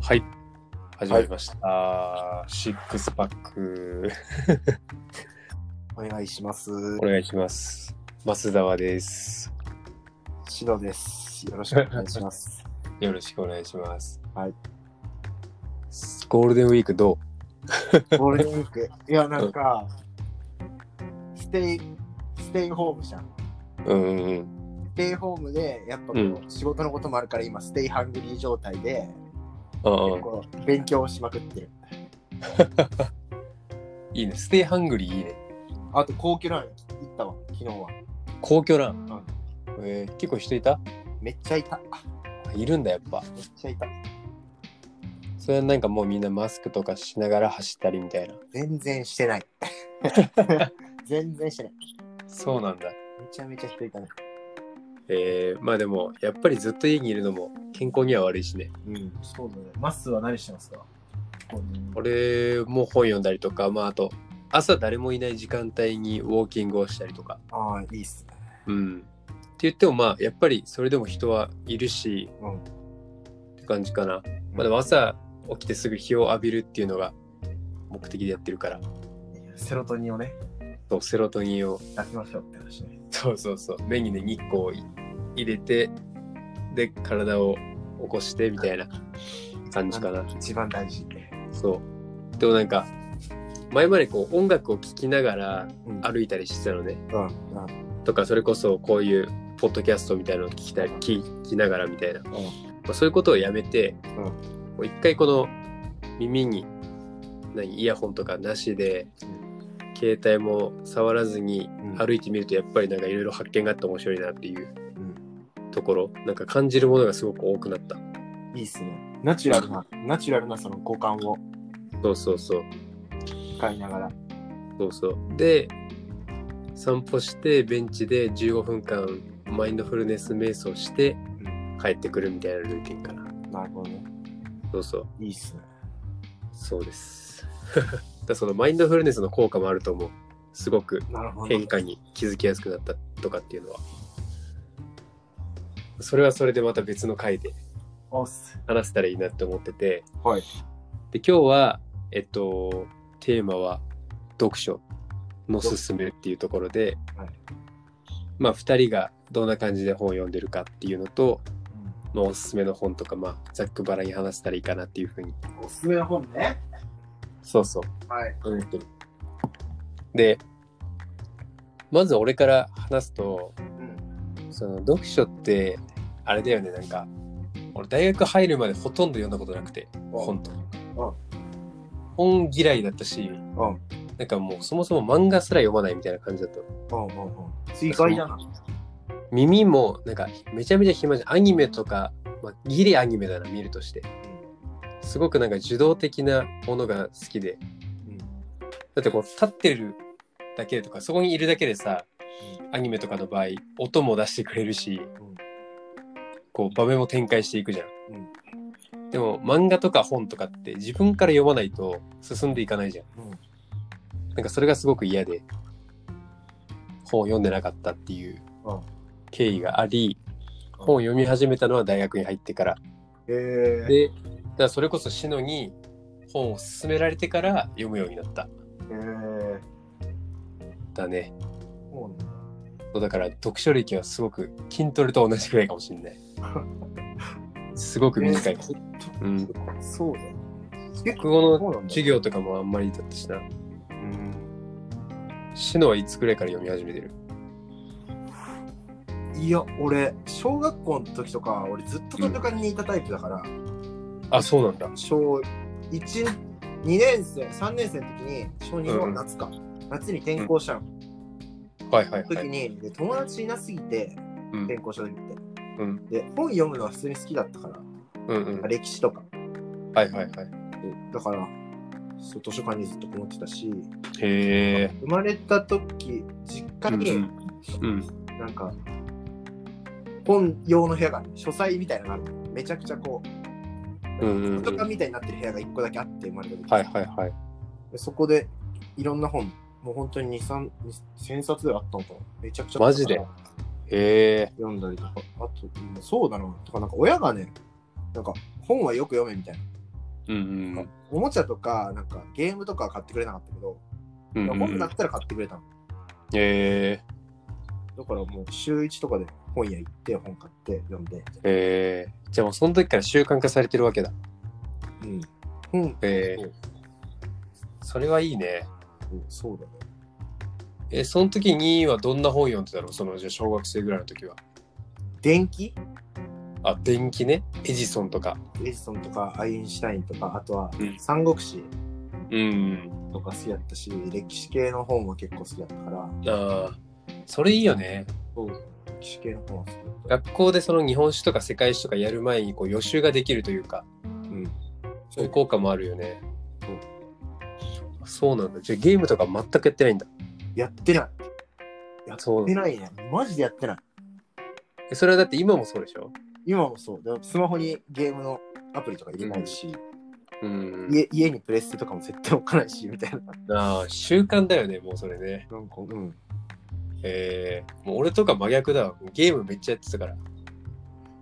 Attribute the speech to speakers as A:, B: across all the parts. A: はい。始まりました。シックスパック、
B: お願いします。
A: お願いします。増沢です。
B: シドです。よろしくお願いし ます。
A: よろしくお願いします。
B: はい。
A: ゴールデンウィークど
B: ゴールデンウィーク。いや、なんか、ステイ、ステイホームじゃん。
A: ううんうんうん。
B: ステイホームで、やっぱこう、
A: う
B: 仕事のこともあるから、今、ステイハングリー状態で、
A: ああ
B: こう勉強しまくってる。
A: いいね。ステイハングリーいいね。
B: あと、皇居ラン行ったわ、昨日は。
A: 皇居ラン。えー結構人いた
B: めっちゃいた。
A: いるんだやっぱ。
B: めっちゃいた。
A: それはなんかもうみんなマスクとかしながら走ったりみたいな。
B: 全然して ない。全然してない。
A: そうなんだ。
B: めちゃめちゃ人いたね。
A: えー、まあでもやっぱりずっと家にいるのも健康には悪いしね。
B: うん、そうだね。マスは何してますか
A: 俺も本読んだりとか、まあ、あと朝誰もいない時間帯にウォーキングをしたりとか、
B: ああ、いいっすね。
A: うん、って言ってもまあやっぱりそれでも人はいるし
B: うん。
A: って感じかな、まあ、でも朝起きてすぐ日を浴びるっていうのが目的でやってるから
B: セロトニンをね、
A: そうセロトニンを
B: 出しましょうって話ね。
A: そうそうそう目にね日光をい入れてで体を起こしてみたいな感じかな
B: 一番大事で。
A: そうでもなんか前までこう音楽を聴きながら
B: うん
A: 歩いたりしてたのね
B: うん。うん。
A: とかそれこそこういうポッドキャストみたいなのを聞きたい聞きながらみたいな、まあ、そういうことをやめて、
B: うん
A: もう一回この耳に何イヤホンとかなしで、携帯も触らずに
B: うん
A: 歩いてみるとやっぱりなんかいろいろ発見があって面白いなっていう
B: うん。
A: ところなんか感じるものがすごく多くなった
B: いいっすね。ナチュラルな、ナチュラルなその五感を
A: そうそうそう
B: 使いながら。
A: そうそうで散歩してベンチで15分間マインドフルネス瞑想して
B: うん。
A: 帰ってくるみたいなルーティンかな
B: なるほどね。
A: そうそう
B: いいっすね。
A: そうです。 だそのマインドフルネスの効果もあると思う。すごく
B: なるほど。
A: 変化に気づきやすくなったとかっていうのは。それはそれでまた別の回で
B: おっす。
A: 話せたらいいなって思ってて。
B: はい。
A: で、今日は、えっと、テーマは読書のすすめっていうところで、
B: はい
A: まあ2人がどんな感じで本を読んでるかっていうのと、まあ、おすすめの本とか、まあ、ざっくばらに話せたらいいかなっていうふうに。
B: おすすめの本ね。
A: そうそう。
B: はい。
A: 思ってる。で、まず俺から話すと、
B: うん。
A: その読書って、あれだよね、なんか、俺大学入るまでほとんど読んだことなくて、本と
B: うん。
A: 本嫌いだったし、
B: うん。
A: なんかもうそもそも漫画すら読まないみたいな感じだと。
B: うん。うん。うん。意外だな。
A: 耳も、なんかめちゃめちゃ暇じゃん。アニメとか、まあ、ギリアニメだな、見るとして。すごくなんか受動的なものが好きで、だってこう立ってるだけとかそこにいるだけでさ、アニメとかの場合音も出してくれるし、
B: うん
A: こう場面も展開していくじゃん、
B: うん
A: でも漫画とか本とかって自分から読まないと進んでいかないじゃん
B: うん。うん。
A: なんかそれがすごく嫌で本を読んでなかったっていう
B: うん
A: 経緯があり
B: うん
A: 本を読み始めたのは大学に入ってから
B: えー。
A: でだからそれこそ志乃に本を勧められてから読むようになった
B: えー。
A: だね
B: もうね。
A: そうだから読書歴はすごく筋トレと同じくらいかもし れない。すごく短い。うん。
B: そうだよ。結
A: 国語の
B: そうなんだ
A: 授業とかもあんまりだったしな。
B: うん。
A: シノはいつくらいから読み始めてる
B: いや、俺、小学校の時とか、俺ずっと図書館にいたタイプだから、
A: あ、そうなんだ。
B: 小1、2年生、3年生の時に、小2
A: うんうん
B: の夏か、夏に転校したの、
A: はいはいは
B: 時
A: い。
B: に、で友達いなすぎて、
A: うん
B: 転校した時って、
A: うん
B: で、本読むのは普通に好きだったから、
A: うんうん。はい
B: 歴史とか。
A: はいはい。
B: だから、そう図書館にずっとこもってたし、
A: へえ。
B: 生まれた時、実家
A: うん
B: に、
A: うん。
B: なんか、本用の部屋がある、書斎みたいなのがある。めちゃくちゃこう、
A: うんうんうん
B: 図書館みたいになってる部屋が1個だけあって生まれた時。
A: はいはいはい。
B: でそこでいろんな本、もう本当に2、3、1000冊ぐらいあったのかな。めちゃくちゃ
A: マジでへえ。
B: 読んだりとか。あと、うんそうだな。とか、なんか親がね、なんか本はよく読めみたいな。
A: うん
B: おもちゃとか、なんかゲームとかは買ってくれなかったけど、
A: うんうんうん
B: 本だったら買ってくれたの。
A: え
B: だからもう週1とかで本屋行って本買って読んで、
A: ー、えー、じゃあもうその時から習慣化されてるわけだ。
B: うん。本、
A: え
B: そう
A: ー、それはいいね。
B: そうそうだね。
A: え、その時にはどんな本読んでたのその、じゃあ小学生ぐらいの時は。
B: 電気
A: あ、電気ね。エジソンとか。
B: エジソンとかアインシュタインとか、あとは
A: うん
B: 三国志
A: うん。
B: とか好きだったし、歴史系の本は結構好きだったから、
A: ああ、それいいよね。
B: 歴史系の本は好きだった。
A: 学校でその日本史とか世界史とかやる前にこう予習ができるというか、
B: うん。
A: そういう効果もあるよね。そうなんだ。じゃあゲームとか全くやってないんだ。
B: やってない。やっ
A: そう
B: て
A: なんだ。
B: ないね。マジでやってない。
A: えそれはだって今もそうでしょ
B: 今もそう。でもスマホにゲームのアプリとか入れないし、
A: うん。
B: 家家にプレステとかも絶対置かないし、みたいな。
A: ああ、習慣だよね、もうそれね。
B: なんか、うん。
A: えー、もう俺とか真逆だわ。ゲームめっちゃやってたから。
B: へ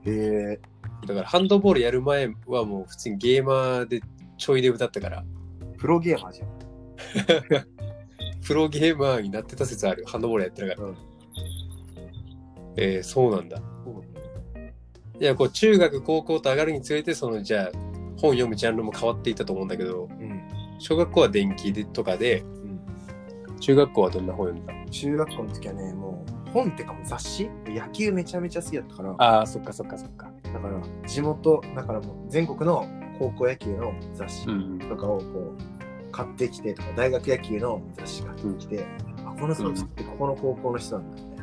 B: え。
A: だからハンドボールやる前はもう普通にゲーマーでちょいで歌ったから、
B: プロゲーマーじゃん。
A: プロゲーマーになってた説ある。ハンドボールやってるから。
B: うん
A: えー、そうなんだ。
B: そうだね
A: いや、こう中学、高校と上がるにつれて、そのじゃあ本読むジャンルも変わっていったと思うんだけど、小学校は電気でとかで、
B: うん。
A: 中学校はどんな本読んだ
B: うん。中学校の時はね、もう本ってかもう雑誌野球めちゃめちゃ好きだったから、
A: ああ、そっかそっかそっか。
B: だから地元、だからもう全国の高校野球の雑誌
A: ん。
B: とかをこう買ってきてとか、大学野球の雑誌買ってきて、あ、この人ってここの高校の人なんだみたいな。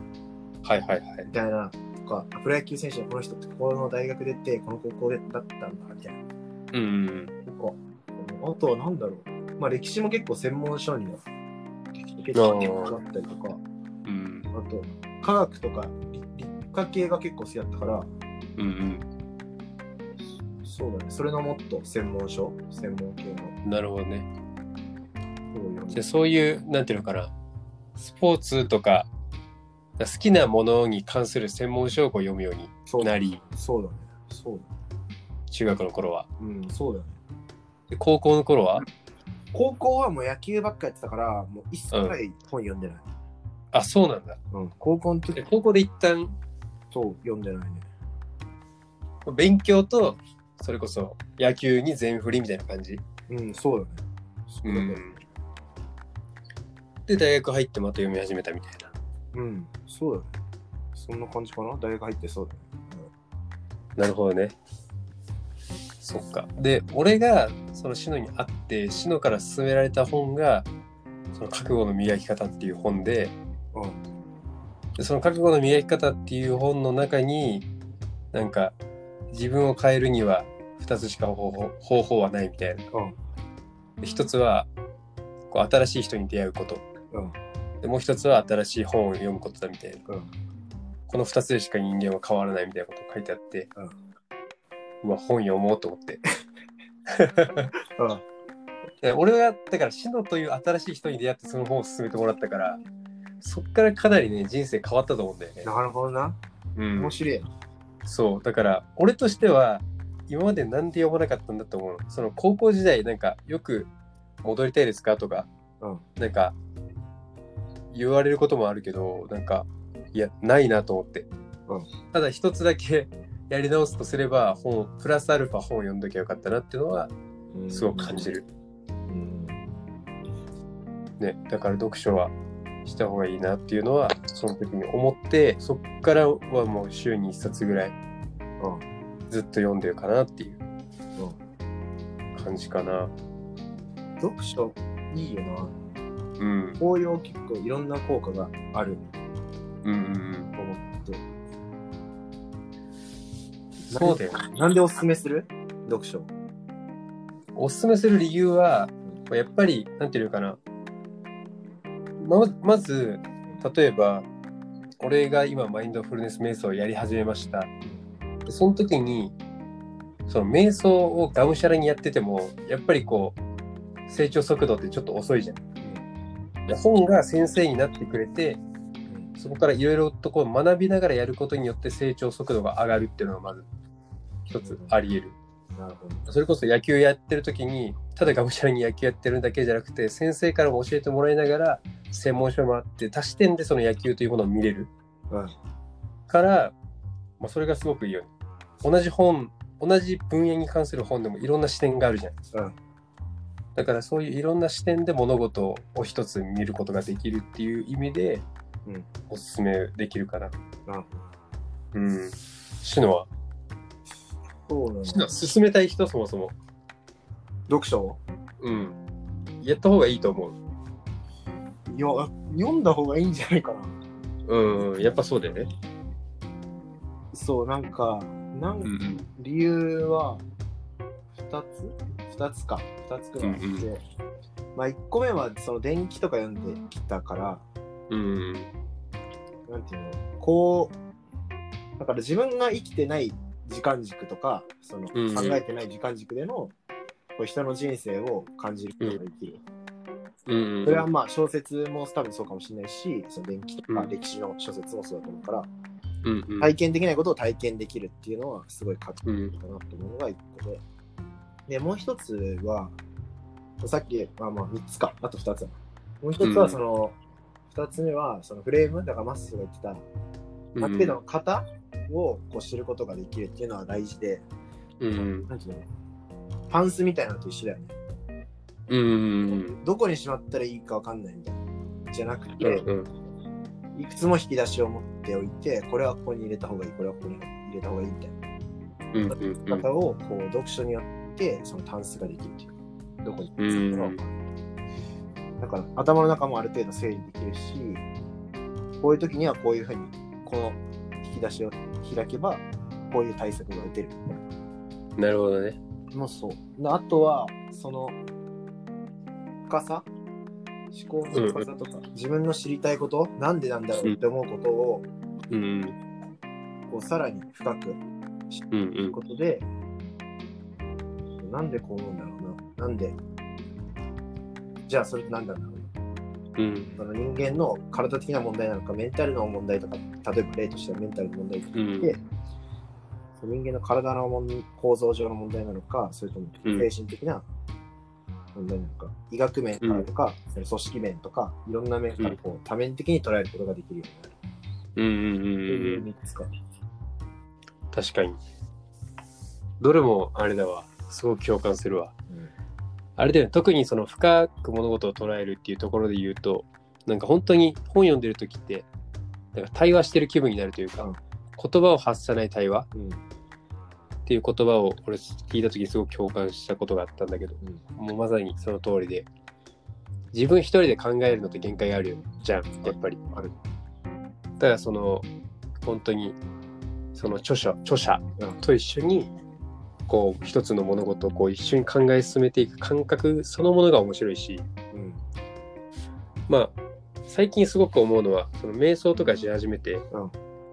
A: はいはいはい。
B: みたいなとか、プロ野球選手のこの人ってこの大学出て、この高校でだったんだみたいな。
A: うん。
B: こうあとは何だろう。まあ歴史も結構専門書には結
A: あ
B: 構
A: ー
B: だったりとか、
A: うん。
B: あと科学とか理理科系が結構好きだったから、
A: うん。
B: そうだね。それのもっと専門書、専門系の
A: なるほどね。
B: 本を読ん
A: じゃ
B: で
A: あ。そういう、なんていうのかな。スポーツとか、好きなものに関する専門書をこう読むように
B: そうだ
A: な
B: ね。
A: り、
B: そうだね。そうだね。
A: 中学の頃は。
B: うん、そうだね。
A: で高校の頃は
B: 高校はもう野球ばっかやってたから、もう一切本読んでない。
A: あ、そうなんだ。
B: うん、高校の時
A: で高校で一旦
B: そう読んでないね。
A: 勉強と、それこそ野球に全振りみたいな感じ。
B: うん、そうだね。そうだね。
A: で、大学入ってまた読み始めたみたいな。
B: うん、そうだね。そんな感じかな大学入ってそうだね。
A: なるほどね。そっか。で、俺がそのシノに会って、シノから勧められた本が、その覚悟の磨き方っていう本で、
B: うん。
A: でその覚悟の磨き方っていう本の中に、なんか、自分を変えるには2つしか方法方法はないみたいな。
B: うん。
A: で一つは、こう新しい人に出会うこと。
B: うん。
A: でもう一つは新しい本を読むことだみたいな。
B: うん。
A: この2つでしか人間は変わらないみたいなこと書いてあって、うわ、本読もうと思って。
B: うん。
A: で俺はだからシノという新しい人に出会ってその本を勧めてもらったからそっからかなりね人生変わったと思うんだよね。
B: なるほどな。
A: うん
B: 面、白いな。
A: そうだから俺としては今までなんで読まなかったんだと思うのその高校時代なんかよく「戻りたいですか?」とか
B: うん。
A: なんか言われることもあるけどなんかいやないなと思って、
B: うん
A: ただ一つだけやり直すとすれば本プラスアルファ本を読んどきゃよかったなっていうのはすごく感じ
B: る。
A: る。
B: うん。
A: ね、だから読書はした方がいいなっていうのはその時に思ってそっからはもう週に1冊ぐらい
B: うん。
A: ずっと読んでるかなっていう感じかな
B: 読書いいよな。
A: うん
B: 応用結構いろんな効果がある
A: うんうん
B: と思って。
A: そうだよ
B: なんでおすすめする読書。
A: おすすめする理由はやっぱりなんていうのかなままず例えば俺が今マインドフルネス瞑想をやり始めましたでその時にその瞑想をがむしゃらにやっててもやっぱりこう成長速度ってちょっと遅いじゃんで本が先生になってくれてそこからいろいろとこう学びながらやることによって成長速度が上がるっていうのがまず一つあり得る。
B: なるほど。
A: それこそ野球やってる時にただがむしゃらに野球やってるだけじゃなくて先生からも教えてもらいながら専門書もあって多視点でその野球というものを見れる
B: うん。
A: から、まあ、それがすごくいいよね。同じ本同じ分野に関する本でもいろんな視点があるじゃん。
B: うん
A: だからそういういろんな視点で物事を一つ見ることができるっていう意味で、
B: うん
A: おすすめできるかな。
B: なる
A: うん。シノは
B: ほど。そうなん
A: シノ
B: だ
A: は。進めたい人そもそも。
B: 読書
A: うん。やった方がいいと思う。
B: よ読んだ方がいいんじゃないかな。
A: うん、やっぱそうだよね。
B: そう、なんか、なん
A: うんうん。
B: 理由は2つ ?2 つか。2つくらいあって。
A: うんう
B: まあ1個目はその電気とか読んできたから、
A: うん
B: なんていうのこう、だから自分が生きてない時間軸とか、その
A: うんうん
B: 考えてない時間軸での、こう人の人生を感じることができる。
A: うん。うん。
B: それはまあ小説も多分そうかもしれないし、その電気と
A: う
B: か
A: ん
B: 歴史の小説もそうだと思うから、
A: うんうん。
B: 体験できないことを体験できるっていうのはすごい価値
A: うん。
B: かなと思うのが1個で。で、もう1つは、さっき、まあまあ3つか、あと2つだなもう1つ
A: う
B: は
A: ん
B: その、2つ目はそのフレーム、だからマッスーが言ってた、ある程度の型をこう知ることができるっていうのは大事で、
A: うん。
B: なんていうのパンスみたいなのと一緒だよね。
A: うん。うん。
B: どこにしまったらいいかわかんないみたいな。じゃなくて、
A: うん。
B: いくつも引き出しを持っておいて、これはここに入れた方がいい、これはここに入れた方がいいみたいな
A: うん。うん。
B: 方を、こう、読書によって、そのタンスができるという。どこに
A: う
B: 使ったの
A: ん
B: か。だから、頭の中もある程度整理できるし、こういう時にはこういうふうに、この引き出しを開けば、こういう対策が打てる。
A: なるほどね。
B: もうそう。であとは、その、深さ思考の深さとか、自分の知りたいこと、なんでなんだろうって思うことを、
A: うん。
B: こうさらに深く
A: うん。
B: ということで、なんでこう思うんだろうな。なんで、じゃあそれって何なんだろうな。
A: うん。
B: その人間の体的な問題なのか、メンタルの問題とか、例えば例としてはメンタルの問題とか
A: うん。
B: で、その人間の体のもん構造上の問題なのか、それとも
A: うん
B: 精神的な問題なのか、医学面からとか、その組織面とか、いろんな面からこう多面的に捉えることができるようになる。
A: うん。。
B: といううん3つか。
A: 確かに。どれもあれだわ。すごく共感するわ。あれだよね。特にその深く物事を捉えるっていうところで言うと、なんか本当に本読んでる時って、なんか対話してる気分になるというか、
B: うん
A: 言葉を発さない対話
B: うん。うん。
A: っていう言葉を俺聞いた時にすごく共感したことがあったんだけど
B: うん。
A: もうまさにその通りで自分一人で考えるのって限界があるよじゃんやっぱり
B: ある
A: ただその本当にその著者著者
B: うん
A: と一緒にこう一つの物事をこう一緒に考え進めていく感覚そのものが面白いし
B: うん。
A: まあ最近すごく思うのはその瞑想とかし始めて、
B: ん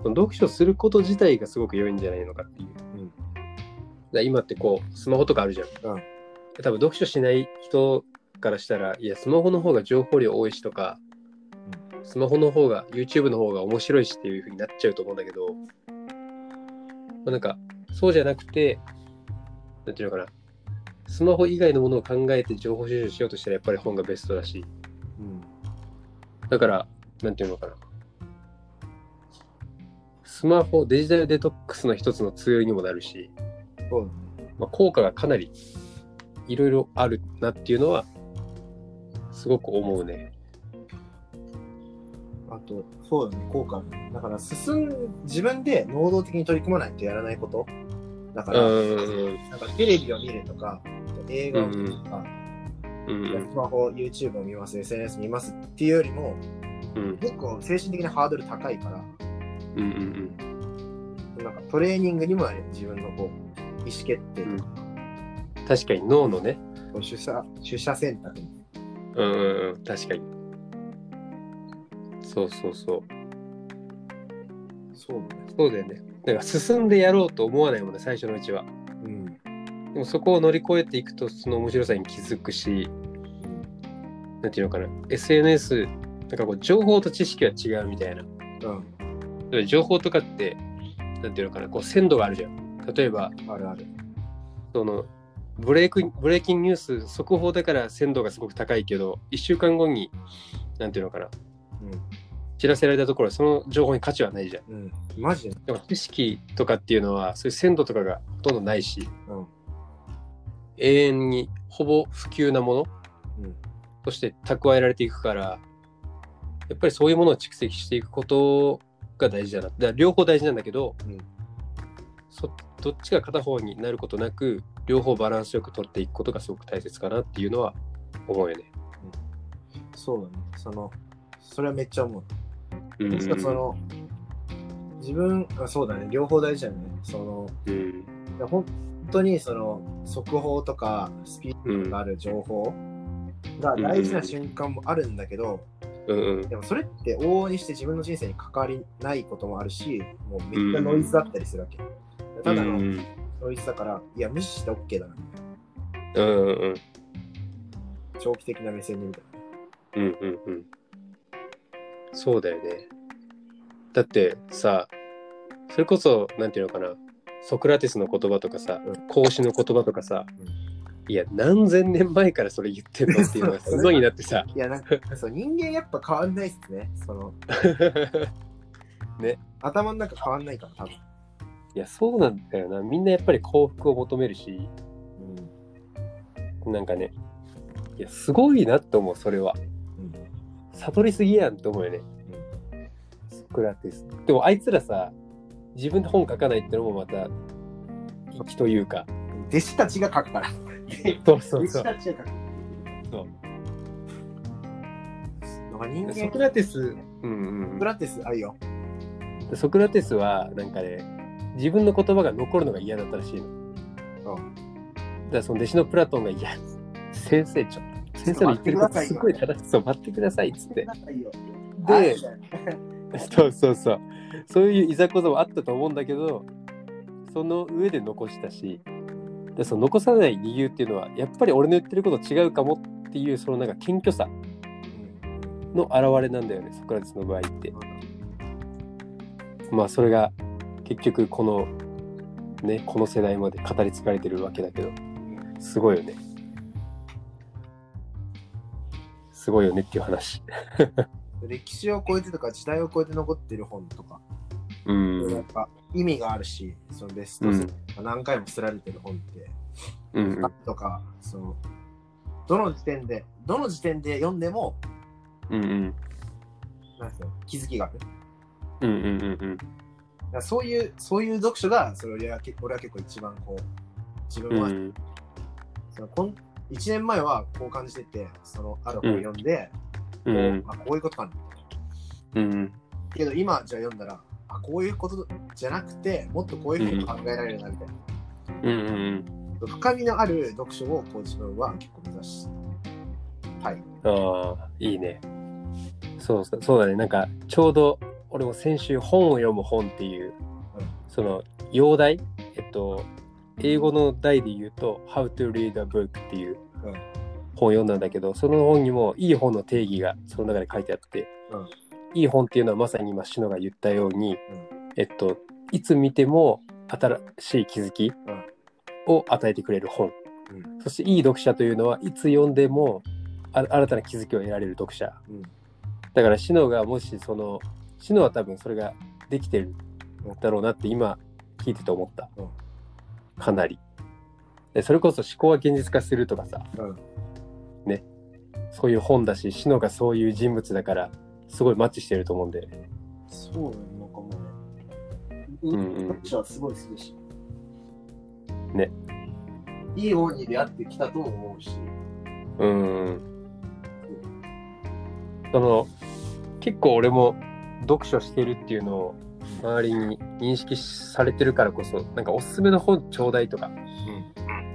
A: その読書すること自体がすごく良いんじゃないのかっていう、
B: うん
A: だから今ってこうスマホとかあるじゃん、
B: うん
A: で多分読書しない人からしたらいやスマホの方が情報量多いしとか、スマホの方が YouTube の方が面白いしっていう風になっちゃうと思うんだけど、まあ、なんかそうじゃなくてなんていうのかなスマホ以外のものを考えて情報収集しようとしたらやっぱり本がベストだし、
B: うん。
A: だから、なんていうのかな。スマホ、デジタルデトックスの一つのツールにもなるし、
B: そうだね。
A: まあ、効果がかなりいろいろあるなっていうのは、すごく思うね。
B: あと、そうだね、効果ある。だから、進ん、自分で能動的に取り組まないとやらないこと。だ
A: う
B: から、
A: ーん。
B: なんかテレビを見るとか、映画を見るとか、
A: うん
B: スマホ、YouTube を見ます、SNS 見ますっていうよりも、
A: うん
B: 結構精神的なハードル高いから、
A: うんうん
B: なんかトレーニングにもなるよ自分のこう、意思決定とか、
A: うん確かに脳のね、
B: こう取捨、取捨選択に。
A: うんうんうん、確かに。そうそうそう。
B: そうだね。
A: そうだよね。だから進んでやろうと思わないもんね、最初のうちは。
B: うん。
A: でもそこを乗り越えていくと、その面白さに気づくし、なんていうのかな SNS なんかこう情報と知識は違うみたいな
B: うん。
A: 例えば情報とかってなんていうのかなこう鮮度があるじゃん例えば
B: あるある。
A: そのブレイクブレイキングニュース速報だから鮮度がすごく高いけど1週間後になんていうのかな知らせられたところはその情報に価値はないじゃん
B: うん。うん。マジで
A: でも知識とかっていうのはそういう鮮度とかがほとんどないし
B: うん。
A: 永遠にほぼ不及なもの
B: うん。
A: として蓄えられていくからやっぱりそういうものを蓄積していくことが大事だなだから両方大事なんだけど、
B: うん
A: そどっちが片方になることなく両方バランスよく取っていくことがすごく大切かなっていうのは思うよね。
B: そうだね。その、それはめっちゃ思う。
A: うん
B: しかもその、自分、あそうだね。両方大事だよね。その、
A: うん
B: いや本当にその速報とかスピードがある情報が大事な瞬間もあるんだけど、
A: うんうん
B: でもそれって往々にして自分の人生に関わりないこともあるし、もうめっちゃノイズだったりするわけ。ただ
A: う
B: の
A: ん
B: ノイズだから、いや、無視して OK だな。
A: うんうん
B: 長期的な目線で見た
A: う
B: ら。
A: んうんうん。そうだよね。だってさ、それこそ、なんていうのかな、ソクラテスの言葉とかさ
B: うん、
A: 孔子の言葉とかさ
B: うん、
A: いや、何千年前からそれ言ってんのっていうのが すごいになってさ、
B: いや、なんか、そう、人間やっぱ変わんないっすね。その、頭の中変わんないから、多分。
A: いや、そうなんだよな。みんなやっぱり幸福を求めるし、なんかね、いや、すごいなって思う、それは。
B: うん。
A: 悟りすぎやんって思うよね。ソクラテス。でもあいつらさ、自分で本書かないってのもまた、粋というか。
B: うん。弟子たちが書くから。
A: そうそ
B: 弟
A: う
B: 子
A: そう。
B: たちが書く。
A: そう
B: なんか人間、
A: ソ
B: ソ
A: ク
B: ク
A: ラテス、うん
B: ラテス、あ、いいよ。
A: うん、ソクラテスはなんかね自分の言葉が残るのが嫌だったらしいの。
B: ん
A: だからその弟子のプラトンが「いや先生ちょっと先生の言ってることすごい正しそう待ってください」っつって。でそうそうそうそういういざこざもあったと思うんだけどその上で残したしでその残さない理由っていうのはやっぱり俺の言ってること違うかもっていうそのなんか謙虚さの表れなんだよねソクラテスの場合って。まあそれが結局このねこの世代まで語り継がれてるわけだけどすごいよねすごいよねっていう話
B: 歴史を超えてとか時代を超えて残ってる本とか、
A: う
B: やっ
A: ん
B: ぱ意味があるし、そのベストセラーが何回もすられてる本って、
A: うん
B: とか、その、どの時点で、どの時点で読んでも、
A: うんうん
B: なんていうの気づきがある。だか
A: うんうんうんうん
B: らそういう、そういう読書が、それ俺は結俺は結構一番こう、自
A: う
B: 分
A: ん
B: は、
A: うん
B: そのこん1年前はこう感じてて、そのある本を読んで、
A: う
B: こうんあこういうことかな。
A: うん
B: けど今じゃあ読んだらあこういうことじゃなくてもっとこういうふうに考えられるなみたいな、
A: うんうん
B: 深みのある読書をこう自分は結構目指してはい
A: ああいいねそうそうそうだねなんかちょうど俺も先週本を読む本っていうその用題えっと英語の題で言うと「How to read a book」っていう
B: うん
A: 本を読んだんだけどその本にもいい本の定義がその中で書いてあって、
B: うん
A: いい本っていうのはまさに今篠が言ったように、えっといつ見ても新しい気づき
B: うん
A: を与えてくれる本、
B: う
A: そしていい読者というのはいつ読んでもあ新たな気づきを得られる読者
B: うん
A: だからシノがもしそのシノは多分それができてるだろうなって今聞いてて思った、
B: うん
A: かなりでそれこそ思考は現実化するとかさ
B: うん
A: そういう本だしシノがそういう人物だからすごいマッチしてると思うんで
B: そうなのかもね、
A: うんうん
B: 読書はすごい好きだし
A: ね
B: いい本に出会ってきたとも思うし
A: うんその結構俺も読書してるっていうのを周りに認識されてるからこそなんかおすすめの本ちょうだいとか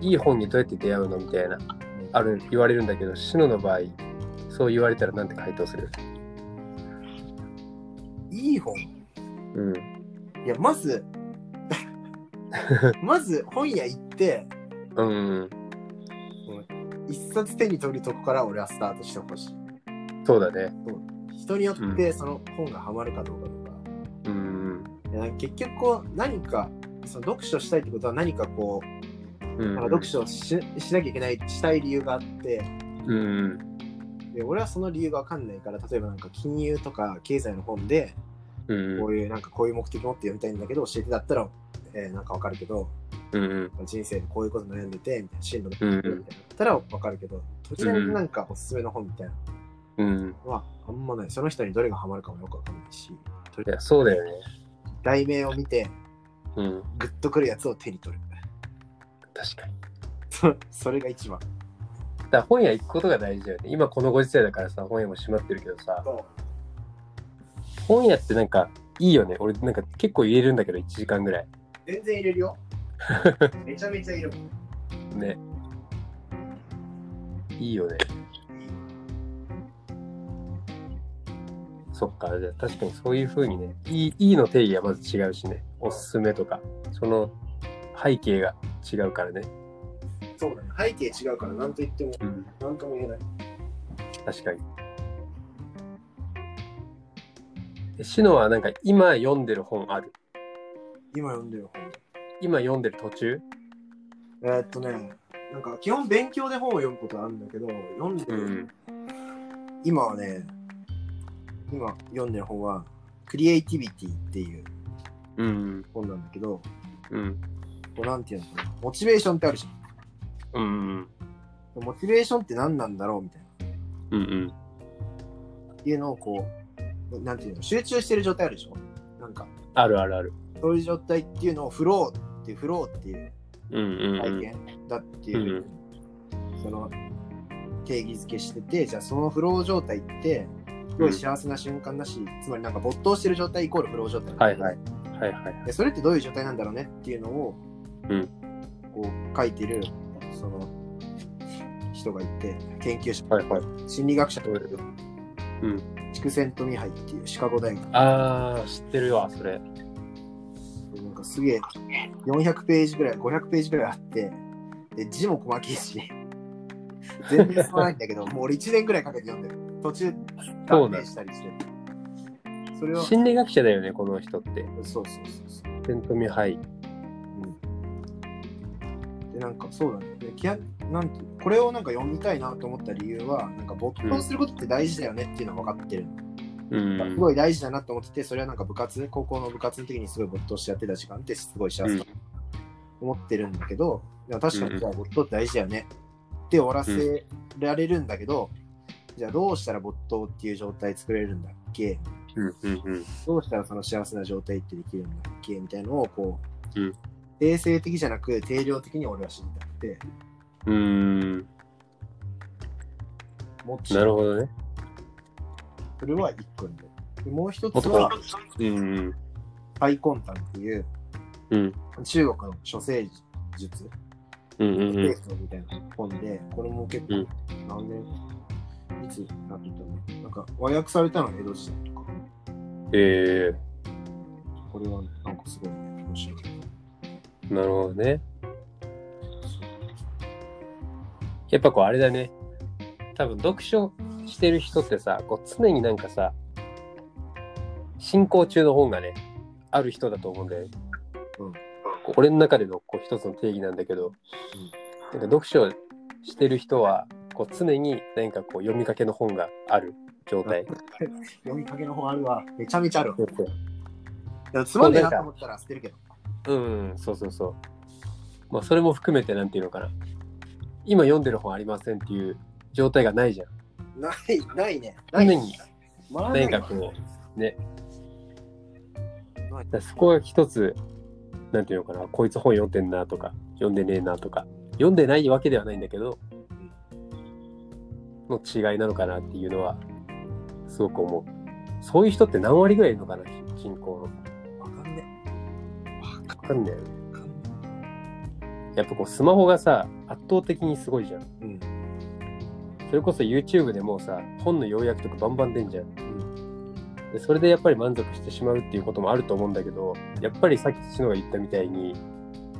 A: いい本にどうやって出会うのみたいなある言われるんだけどシノの場合そう言われたらなんて回答する
B: いい本
A: うん
B: いやまず まず本屋行って
A: うん
B: 一冊手に取るとこから俺はスタートしてほしい
A: そうだね
B: 人によっ
A: う
B: てその本がハマるかどうかとか、
A: うん
B: いや結局こう何かその読書したいってことは何かこう
A: うん
B: なんか読書をししなきゃいけない、したい理由があって、
A: うん
B: で俺はその理由がわかんないから、例えばなんか金融とか経済の本で、
A: うん
B: こういうなんかこういう目的持って読みたいんだけど、教えてだったら、えーなんかわかるけど、
A: うん
B: 人生でこういうこと悩んでて、みたいな、進路の
A: うん
B: みたいな、ったらわかるけど、突然なんかおすすめの本みたいな
A: うん
B: のはあんまない。その人にどれがハマるかもよくわかんないし、と
A: い
B: りあえ
A: や
B: ず
A: そうだよね
B: 題名を見て、
A: うん
B: グッとくるやつを手に取る。
A: 確かに
B: そ それが一番。
A: だから本屋行くことが大事だよね今このご時世だからさ本屋も閉まってるけどさ本屋ってなんかいいよね俺なんか結構入れるんだけど1時間ぐらい
B: 全然入れる よ。めちゃめちゃ入れる。
A: ねいいよねそっかじゃあ確かにそういうふうにねいいいいの定義はまず違うしねおすすめとかその背景が違うからね、
B: そうだね。背景違うから何と言っても
A: うん、
B: 何とも言えない。
A: 確かにえシノはなんか今読んでる本ある
B: 今読んでる本。
A: 今
B: 今
A: 読んでる途中
B: えーっとね、なんか基本勉強で本を読むことあるんだけど、読んでる、今はね、今読んでる本は、クリエイティビティっていう
A: うん
B: 本なんだけど、
A: うん
B: こうなんていうのかな、モチベーションってあるじ
A: うん
B: ゃん。モチベーションって何なんだろうみたいな。
A: うんうん
B: いうのをこう、なんていうの、集中してる状態あるでしょなんか、
A: あるあるある
B: そういう状態っていうのをフローっていう、フローっていう
A: うんうん
B: 体験だっていう、その定義づけしてて、じゃあそのフロー状態って、すごい幸せな瞬間だし、つまりなんか没頭してる状態イコールフロー状態。
A: はいはいはいはい
B: でそれってどういう状態なんだろうねっていうのを、
A: うん
B: こう書いてるその人がいて研究者、
A: はいはい
B: 心理学者とか
A: うん
B: 筑前とミハイっていうシカゴ大学
A: あー知ってるわそれ
B: なんかすげえ400ページぐらい500ページぐらいあってで字も細けいし全然進まないんだ けどもう俺1年ぐらいかけて読んでる途中
A: そう
B: 断
A: だ
B: 念したりしてそれはそう
A: 心理学者だよねこの人って
B: そうそうそう
A: セントミハイ
B: でなんかそうだねできやなんてこれをなんか読みたいなと思った理由はなんか没頭することって大事だよねっていうのは分かってる、
A: う
B: すごい大事だなと思っててそれはなんか部活高校の部活の時にすごい没頭してやってた時間ってすごい幸せだと思ってるんだけど、でも確かにじゃあ没頭って大事だよねって終わらせられるんだけど、じゃあどうしたら没頭っていう状態作れるんだっけ
A: うんうんうん
B: どうしたらその幸せな状態ってできるんだっけみたいなのをこう、
A: うん
B: 定性的じゃなく定量的に俺は知りたくて
A: うん
B: もちろん
A: なるほどね
B: それは1個にでもう一
A: もっ
B: つ
A: と
B: は
A: こうん
B: パイコンタンっていう
A: うん
B: 中国の処世術、
A: うんうん
B: テ
A: うん
B: ースみたいな本で、これも結構
A: うん
B: 何年、いつなってたのなんか和訳されたのが江戸時代とか、
A: え
B: これはなんかすごい面白い。
A: ー、なるほどねやっぱこうあれだね多分読書してる人ってさこう常になんかさ進行中の本がねある人だと思うんだよね、
B: うん
A: こう俺の中でのこう一つの定義なんだけど、なんか読書してる人はこう常に何かこう読みかけの本がある状態
B: 読みかけの本あるわ、めちゃめちゃあるわ。
A: そうそう
B: いやつまんねえなと思ったら捨てるけど。
A: うん、そうそうそう。まあ、それも含めて、なんていうのかな。今読んでる本ありませんっていう状態がないじゃん。
B: ない、ないね。な
A: 常
B: い。
A: に、
B: まあ
A: 何かこう、ね。だからそこが一つ、なんていうのかな、こいつ本読んでんなとか、読んでねえなとか、読んでないわけではないんだけど、の違いなのかなっていうのは、すごく思う。そういう人って何割ぐらいいるのかな、人口の。わ
B: わかんね
A: かんないよね。
B: え。わかんね
A: やっぱこう、スマホがさ、圧倒的にすごいじゃん。
B: え。うん。
A: それこそ YouTube でもうさ、本の要約とかバンバン出んじゃん。でそれでやっぱり満足してしまうっていうこともあると思うんだけど、やっぱりさっき篠が言ったみたいに、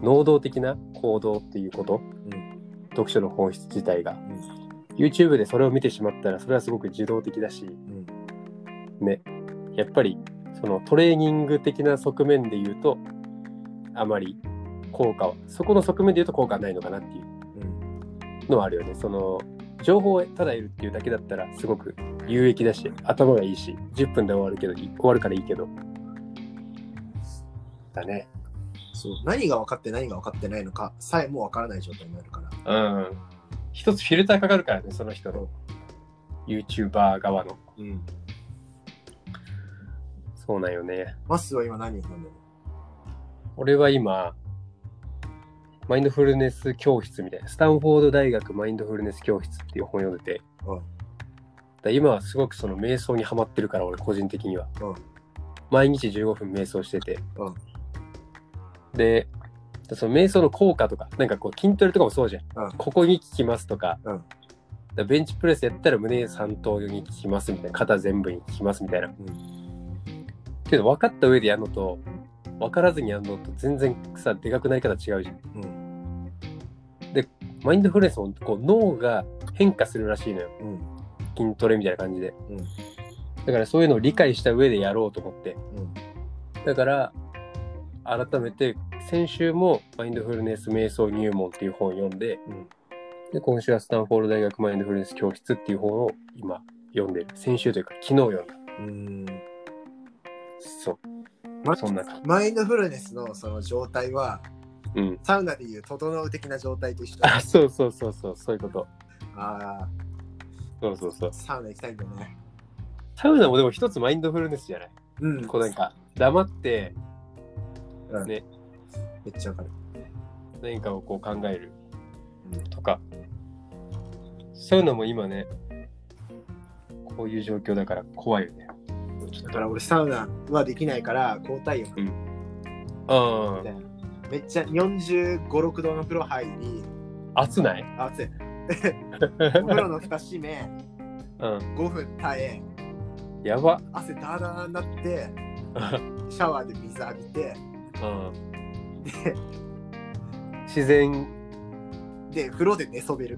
A: 能動的な行動っていうこと、
B: うん
A: 読書の本質自体が、YouTube でそれを見てしまったら、それはすごく受動的だし、
B: うん。
A: ね、やっぱりそのトレーニング的な側面で言うと、あまり効果はそこの側面で言うと効果はないのかなっていう
B: うん。
A: のはあるよねその情報をただ得るっていうだけだったらすごく有益だし頭がいいし10分で終わるけどい終わるからいいけどだね
B: そう。何が分かって何が分かってないのかさえも分からない状態になるから。
A: うん一つフィルターかかるからねその人の YouTuber 側の
B: うん。
A: そうなんよね
B: マスは今何を飲んでる
A: 俺は今マインドフルネス教室みたいなスタンフォード大学マインドフルネス教室っていう本読んでて
B: のうん。
A: だから今はすごくその瞑想にはまってるから俺個人的には、
B: うん
A: 毎日15分瞑想してて、
B: うん
A: でその瞑想の効果とかなんかこう筋トレとかもそうじゃん、
B: うん
A: ここに効きますとか,、
B: うん
A: だからベンチプレスやったら胸三頭に効きますみたいな肩全部に効きますみたいなけど分かった上でやるのと分からずにやるのと全然さでかくなり方違うじゃん
B: うん。
A: マインドフルネスもこう脳が変化するらしいのよ
B: うん。
A: 筋トレみたいな感じで、
B: うん
A: だからそういうのを理解した上でやろうと思って
B: うん。
A: だから改めて先週も「マインドフルネス瞑想入門」っていう本を読んで
B: うん。
A: で今週はスタンフォード大学マインドフルネス教室っていう本を今読んでる先週というか昨日読んだ
B: うん。
A: そう
B: マ
A: そんな感
B: マインドフルネスのその状態は、
A: じうん
B: サウナでいう整う的な状態と一緒だ。
A: あそうそうそうそうそういうこと
B: あ
A: そうそうそう
B: あ、サウナ行きたいんだね。
A: サウナもでも一つマインドフルネスじゃない
B: うん。
A: こうなんか黙って
B: うん
A: ね
B: めっちゃわかる。
A: 何かをこう考える
B: うん
A: とか、そういうのも今ね、こういう状況だから怖いよね。ちょ
B: だ
A: っ
B: から俺サウナはできないから交代よ。
A: と、うん、
B: めっちゃ45、6度の風呂入り、
A: 暑ない
B: あ、暑い。
A: う
B: お風呂の蓋閉め、
A: ん、
B: 5分耐え、
A: やば。
B: 汗ダーダーになって、 シャワーで水浴びて、
A: うん、自然、
B: で、風呂で寝そべる。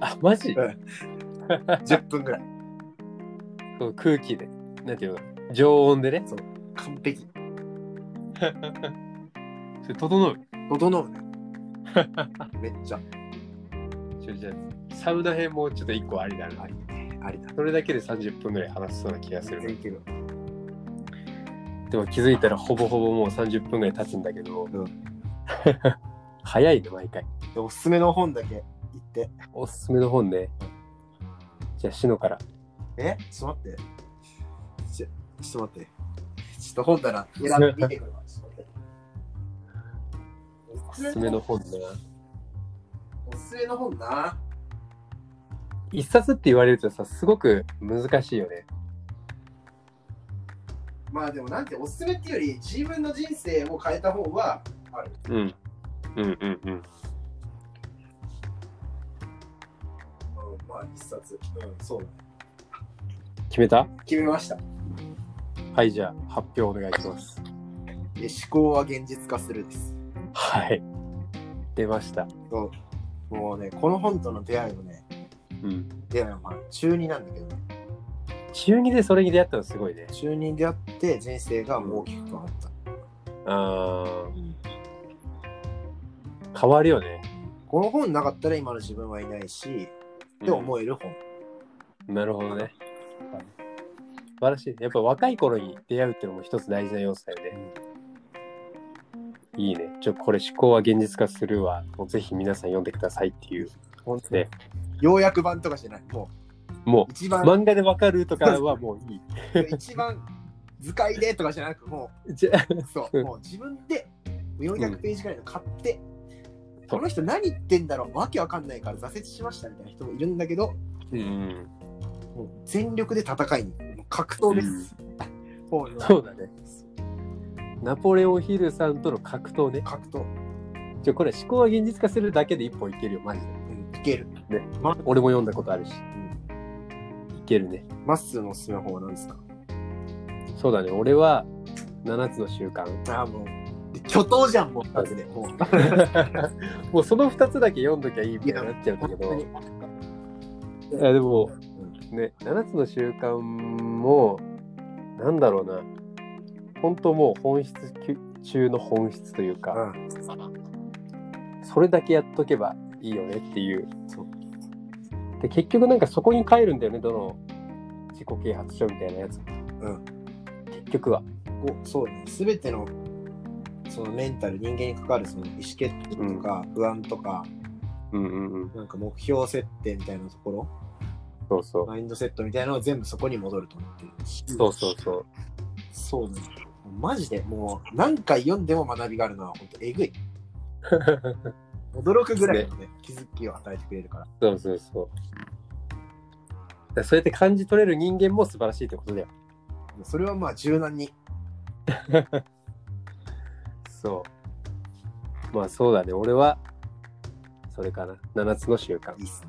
A: あ、マジ、
B: うん10分ぐらい。
A: こう空気で、なんていうの、常温でね、
B: 完璧。
A: それ整う。
B: 整うね。めっちゃ。
A: ちょじゃあサウナ編もちょっと一個ありだな。
B: ありね。ありだ。
A: それだけで30分ぐらい話しそうな気がする
B: 全。然いける。
A: でも気づいたらほぼほぼもう30分ぐらい経つんだけど、
B: う
A: 早いね毎回
B: でおすすめの本だけ言って。
A: おすすめの本ねじゃあしのから
B: えちょっと待って。ちょちょっと待って。ちょっと本棚選んで見てくるわ。ちょっと
A: お
B: 待
A: す
B: って
A: すめの本ね
B: おすすめの本な。
A: 一冊って言われるとさすごく難しいよね
B: まあでもなんておすすめっていうより自分の人生を変えた本はある。
A: うんうんうんうん
B: うん、まあ一冊。うん、そうだ。
A: 決めた
B: 決めました。
A: はいじゃあ発表お願いします
B: え思考は現実化するです。
A: はい出ました
B: そうもうね、この本との出会いもね、
A: うん
B: 出会いはまあ中2なんだけどね。
A: 中2でそれに出会ったのすごいね
B: 中2であって人生がもう大きく変わった。
A: あー変わるよね
B: この本なかったら今の自分はいないし、って思える本。
A: なるほどね。素晴らしい。やっぱ若い頃に出会うっていうのも一つ大事な要素だよね。いいね。ちょ、これ思考は現実化するわ。もうぜひ皆さん読んでくださいっていう。
B: 本当
A: ね
B: 要約版とかじゃない。も
A: も
B: う一
A: う、
B: 番、
A: 漫画でわかるとかはもういい。
B: 一番図解でとかじゃなく、も
A: じゃ
B: う、そう、もう自分で400ページぐらいの買って、
A: ん
B: この人何言ってんだろう、わけわかんないから挫折しましたみたいな人もいるんだけど、
A: うん。
B: もう全力で戦いに、もう格闘です。もう
A: そうだね。ナポレオンヒルさんとの格闘ね。
B: 格闘、
A: ちょ、これ思考は現実化するだけで一本いけるよ、マジで。
B: うん、いける。
A: 俺も読んだことあるし。いけるね。
B: まっすーのおすすめの本は何ですか
A: そうだね。俺は、7つの習慣。
B: ああ、もう、巨頭じゃん、もう、マジで。 もう、
A: もうその2つだけ読んどきゃいいみたいになっちゃうんだけ
B: 本当
A: ど
B: に。
A: いやでも、ね、7つの習慣も、なんだろうな、本当もう本質きゅ中の本質という
B: う
A: か、
B: ん。
A: それだけやっとけばいいよねっていう
B: そう。
A: で結局なんかそこに帰るんだよねどの自己啓発書みたいなやつ
B: うん
A: 結局は
B: こうそうね。すべての、そのメンタル、人間に関わるその意思決定とか、不安とか、
A: うんうんうん
B: なんか目標設定みたいなところ、
A: そうそう
B: マインドセットみたいなのを全部そこに戻ると思ってる。
A: そうそう そう
B: そうね。マジでもう何回読んでも学びがあるのは本当えぐい。驚くぐらいのね、気づきを与えてくれるから。
A: そうそうそうだからそうやって感じ取れる人間も素晴らしいってことだよ
B: それはまあ柔軟に。
A: そうまあそうだね俺はそれかな7つの習慣
B: いいっすね。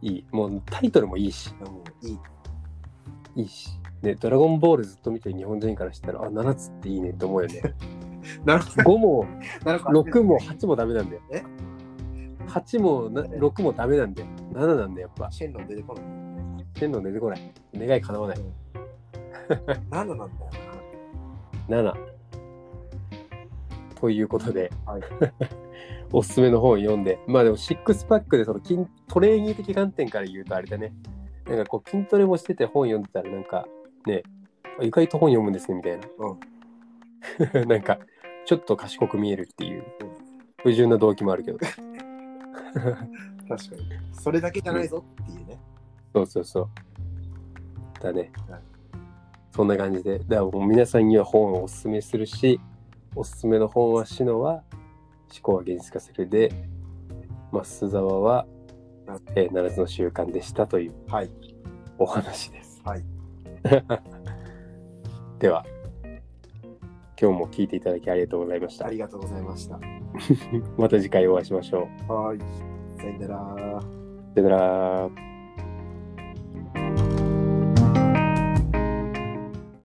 A: いいもうタイトルもいいし
B: いやもういい。
A: いいしねドラゴンボールずっと見てる日本人からしたらあ7つっていいねって思うよね
B: なるほ
A: 5も
B: ど。なるほど
A: 6も8もダメなんだよ。
B: え
A: ?8 もな6もダメなんだよ。7なんだよ、やっぱ。
B: シェンロン出てこない。
A: 天の出てこない。願い叶わない。
B: 何なんだよ
A: 7。ということで、
B: はい
A: おすすめの本読んで、まあでも、シックスパックでその筋トレーニー的観点から言うとあれだね。なんかこう、筋トレもしてて本読んでたら、なんか、ね、あ意外と本読むんですね、みたいな。 なんか、ちょっと賢く見えるっていう
B: うん、
A: 不純な動機もあるけど。
B: な。確かに。それだけじゃないぞっていうね。
A: そうそうそう。だね。
B: はい
A: そんな感じで。だからもう皆さんには本をおすすめするし、おすすめの本はシノは思考は現実化するで、増沢は
B: はい、
A: えー、7つの習慣でしたという
B: はい。
A: お話です。
B: はい。
A: では、今日も聞いていただきありがとうございました
B: あ。りがとうございました。
A: また次回お会いしましょう。
B: はい。さよなら。
A: さよなら。